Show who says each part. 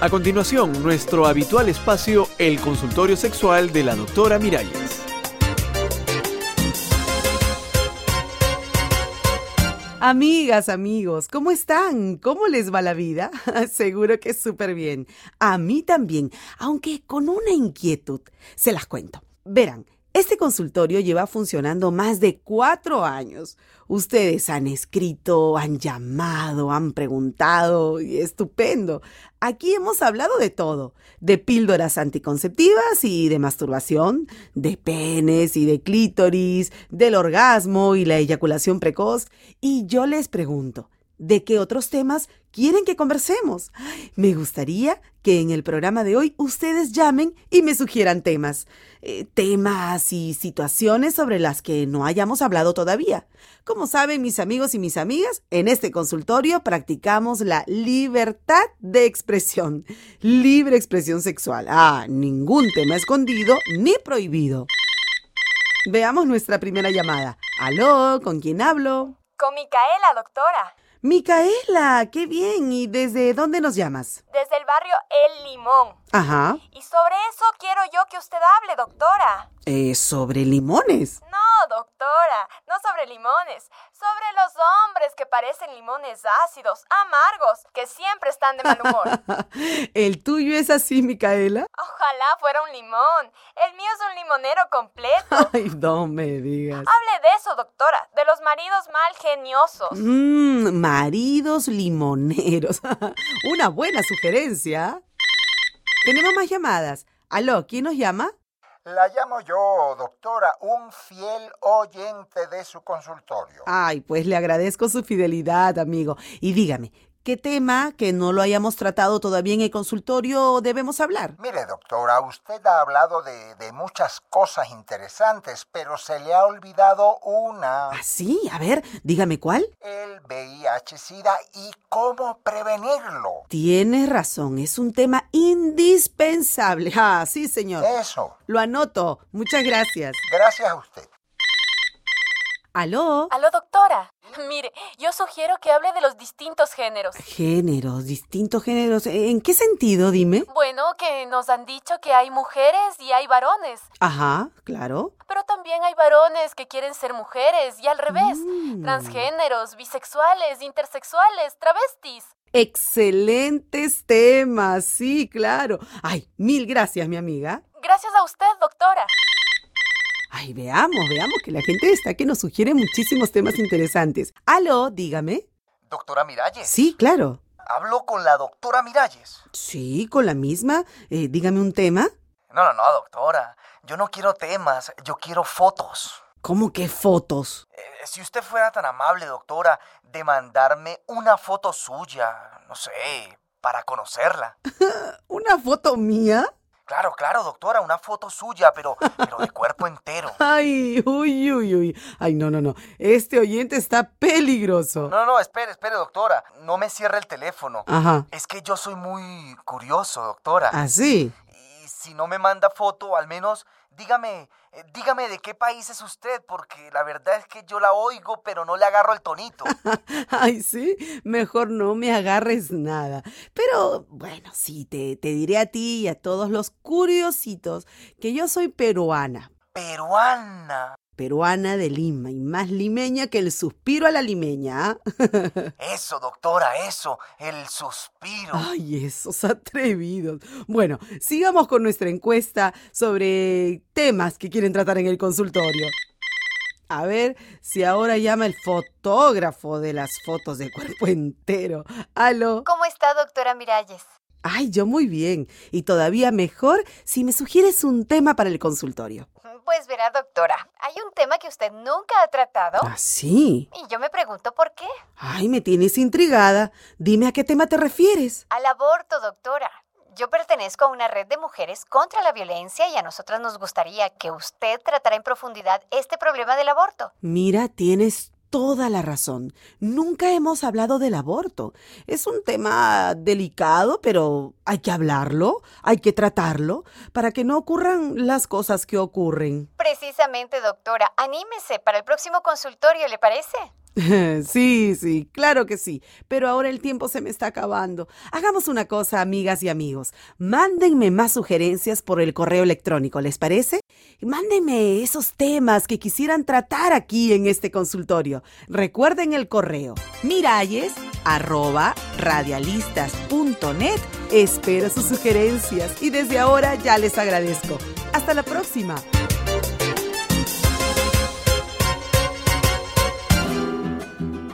Speaker 1: A continuación, nuestro habitual espacio, el consultorio sexual de la doctora Miralles.
Speaker 2: Amigas, amigos, ¿cómo están? ¿Cómo les va la vida? Seguro que súper bien. A mí también, aunque con una inquietud. Se las cuento. Verán, este consultorio lleva funcionando más de cuatro años. Ustedes han escrito, han llamado, han preguntado, y estupendo. Aquí hemos hablado de todo, de píldoras anticonceptivas y de masturbación, de penes y de clítoris, del orgasmo y la eyaculación precoz. Y yo les pregunto, ¿de qué otros temas quieren que conversemos? Me gustaría que en el programa de hoy ustedes llamen y me sugieran temas. Eh, temas y situaciones sobre las que no hayamos hablado todavía. Como saben mis amigos y mis amigas, en este consultorio practicamos la libertad de expresión. Libre expresión sexual. Ah, ningún tema escondido ni prohibido. Veamos nuestra primera llamada. Aló, ¿con quién hablo?
Speaker 3: Con Micaela, doctora.
Speaker 2: Micaela, qué bien. ¿Y desde dónde nos llamas?
Speaker 3: Desde el barrio El Limón.
Speaker 2: Ajá.
Speaker 3: Y sobre eso quiero yo que usted hable, doctora.
Speaker 2: Eh, sobre limones.
Speaker 3: No, doctora, no sobre limones, sobre los hombres que parecen limones ácidos, amargos, que siempre están de mal humor.
Speaker 2: ¿El tuyo es así, Micaela?
Speaker 3: Ojalá fuera un limón. El mío es un limonero completo.
Speaker 2: Ay, no me digas.
Speaker 3: Hable de eso, doctora, de los maridos mal geniosos.
Speaker 2: Mmm, maridos limoneros. Una buena sugerencia. Tenemos más llamadas. Aló, ¿quién nos llama?
Speaker 4: La llamo yo, doctora, un fiel oyente de su consultorio.
Speaker 2: Ay, pues le agradezco su fidelidad, amigo. Y dígame, ¿qué tema que no lo hayamos tratado todavía en el consultorio debemos hablar?
Speaker 4: Mire, doctora, usted ha hablado de, de muchas cosas interesantes, pero se le ha olvidado una.
Speaker 2: Ah, sí, a ver, dígame cuál.
Speaker 4: El VIH-Sida y cómo prevenirlo.
Speaker 2: Tienes razón, es un tema indispensable. Ah, sí, señor.
Speaker 4: Eso.
Speaker 2: Lo anoto. Muchas gracias.
Speaker 4: Gracias a usted.
Speaker 2: Aló.
Speaker 3: Aló, doctora. Mire, yo sugiero que hable de los distintos géneros.
Speaker 2: Géneros, distintos géneros. ¿En qué sentido, dime?
Speaker 3: Bueno, que nos han dicho que hay mujeres y hay varones,
Speaker 2: Ajá, claro.
Speaker 3: pero también hay varones que quieren ser mujeres y al revés.
Speaker 2: Mm.
Speaker 3: Transgéneros, bisexuales, intersexuales, travestis.
Speaker 2: Excelentes temas, sí, claro. Ay, mil gracias, mi amiga.
Speaker 3: Gracias a usted, doctora.
Speaker 2: Ay, veamos, veamos que la gente está que nos sugiere muchísimos temas interesantes. Aló, dígame.
Speaker 4: Doctora Miralles.
Speaker 2: Sí, claro.
Speaker 4: Hablo con la doctora Miralles.
Speaker 2: Sí, con la misma. Eh, dígame un tema.
Speaker 4: No, no, no, doctora. Yo no quiero temas, yo quiero fotos.
Speaker 2: ¿Cómo que fotos?
Speaker 4: Eh, Si usted fuera tan amable, doctora, de mandarme una foto suya, no sé, para conocerla.
Speaker 2: ¿Una foto mía?
Speaker 4: Claro, claro, doctora, una foto suya, pero, pero de cuerpo entero.
Speaker 2: Ay, uy, uy, uy. Ay, no, no, no. Este oyente está peligroso.
Speaker 4: No, no, espere, espere, doctora. No me cierre el teléfono.
Speaker 2: Ajá.
Speaker 4: Es que yo soy muy curioso, doctora.
Speaker 2: Así.
Speaker 4: Y si no me manda foto, al menos dígame, eh, dígame de qué país es usted, porque la verdad es que yo la oigo, pero no le agarro el tonito.
Speaker 2: Ay, sí, mejor no me agarres nada. Pero bueno, sí, te, te diré a ti y a todos los curiositos que yo soy peruana,
Speaker 4: Peruana.
Speaker 2: peruana de Lima y más limeña que el suspiro a la limeña. ¿ah?
Speaker 4: Eso, doctora, eso. El suspiro.
Speaker 2: Ay, esos atrevidos. Bueno, sigamos con nuestra encuesta sobre temas que quieren tratar en el consultorio. A ver si ahora llama el fotógrafo de las fotos de cuerpo entero. Aló.
Speaker 3: ¿Cómo está, doctora Miralles?
Speaker 2: Ay, yo muy bien. Y todavía mejor si me sugieres un tema para el consultorio.
Speaker 3: Pues verá, doctora, hay un tema que usted nunca ha tratado
Speaker 2: ¿Ah, sí?
Speaker 3: y yo me pregunto por qué.
Speaker 2: Ay, me tienes intrigada. Dime a qué tema te refieres.
Speaker 3: Al aborto, doctora. Yo pertenezco a una red de mujeres contra la violencia y a nosotras nos gustaría que usted tratara en profundidad este problema del aborto.
Speaker 2: Mira, tienes toda la razón. Nunca hemos hablado del aborto. Es un tema delicado, pero hay que hablarlo, hay que tratarlo, para que no ocurran las cosas que ocurren.
Speaker 3: Precisamente, doctora, anímese para el próximo consultorio, ¿le parece?
Speaker 2: Sí, sí, claro que sí, pero ahora el tiempo se me está acabando. Hagamos una cosa, amigas y amigos. Mándenme más sugerencias por el correo electrónico, ¿les parece? Mándenme esos temas que quisieran tratar aquí en este consultorio. Recuerden el correo miralles arroba radialistas.net. Espero sus sugerencias y desde ahora ya les agradezco. Hasta la próxima.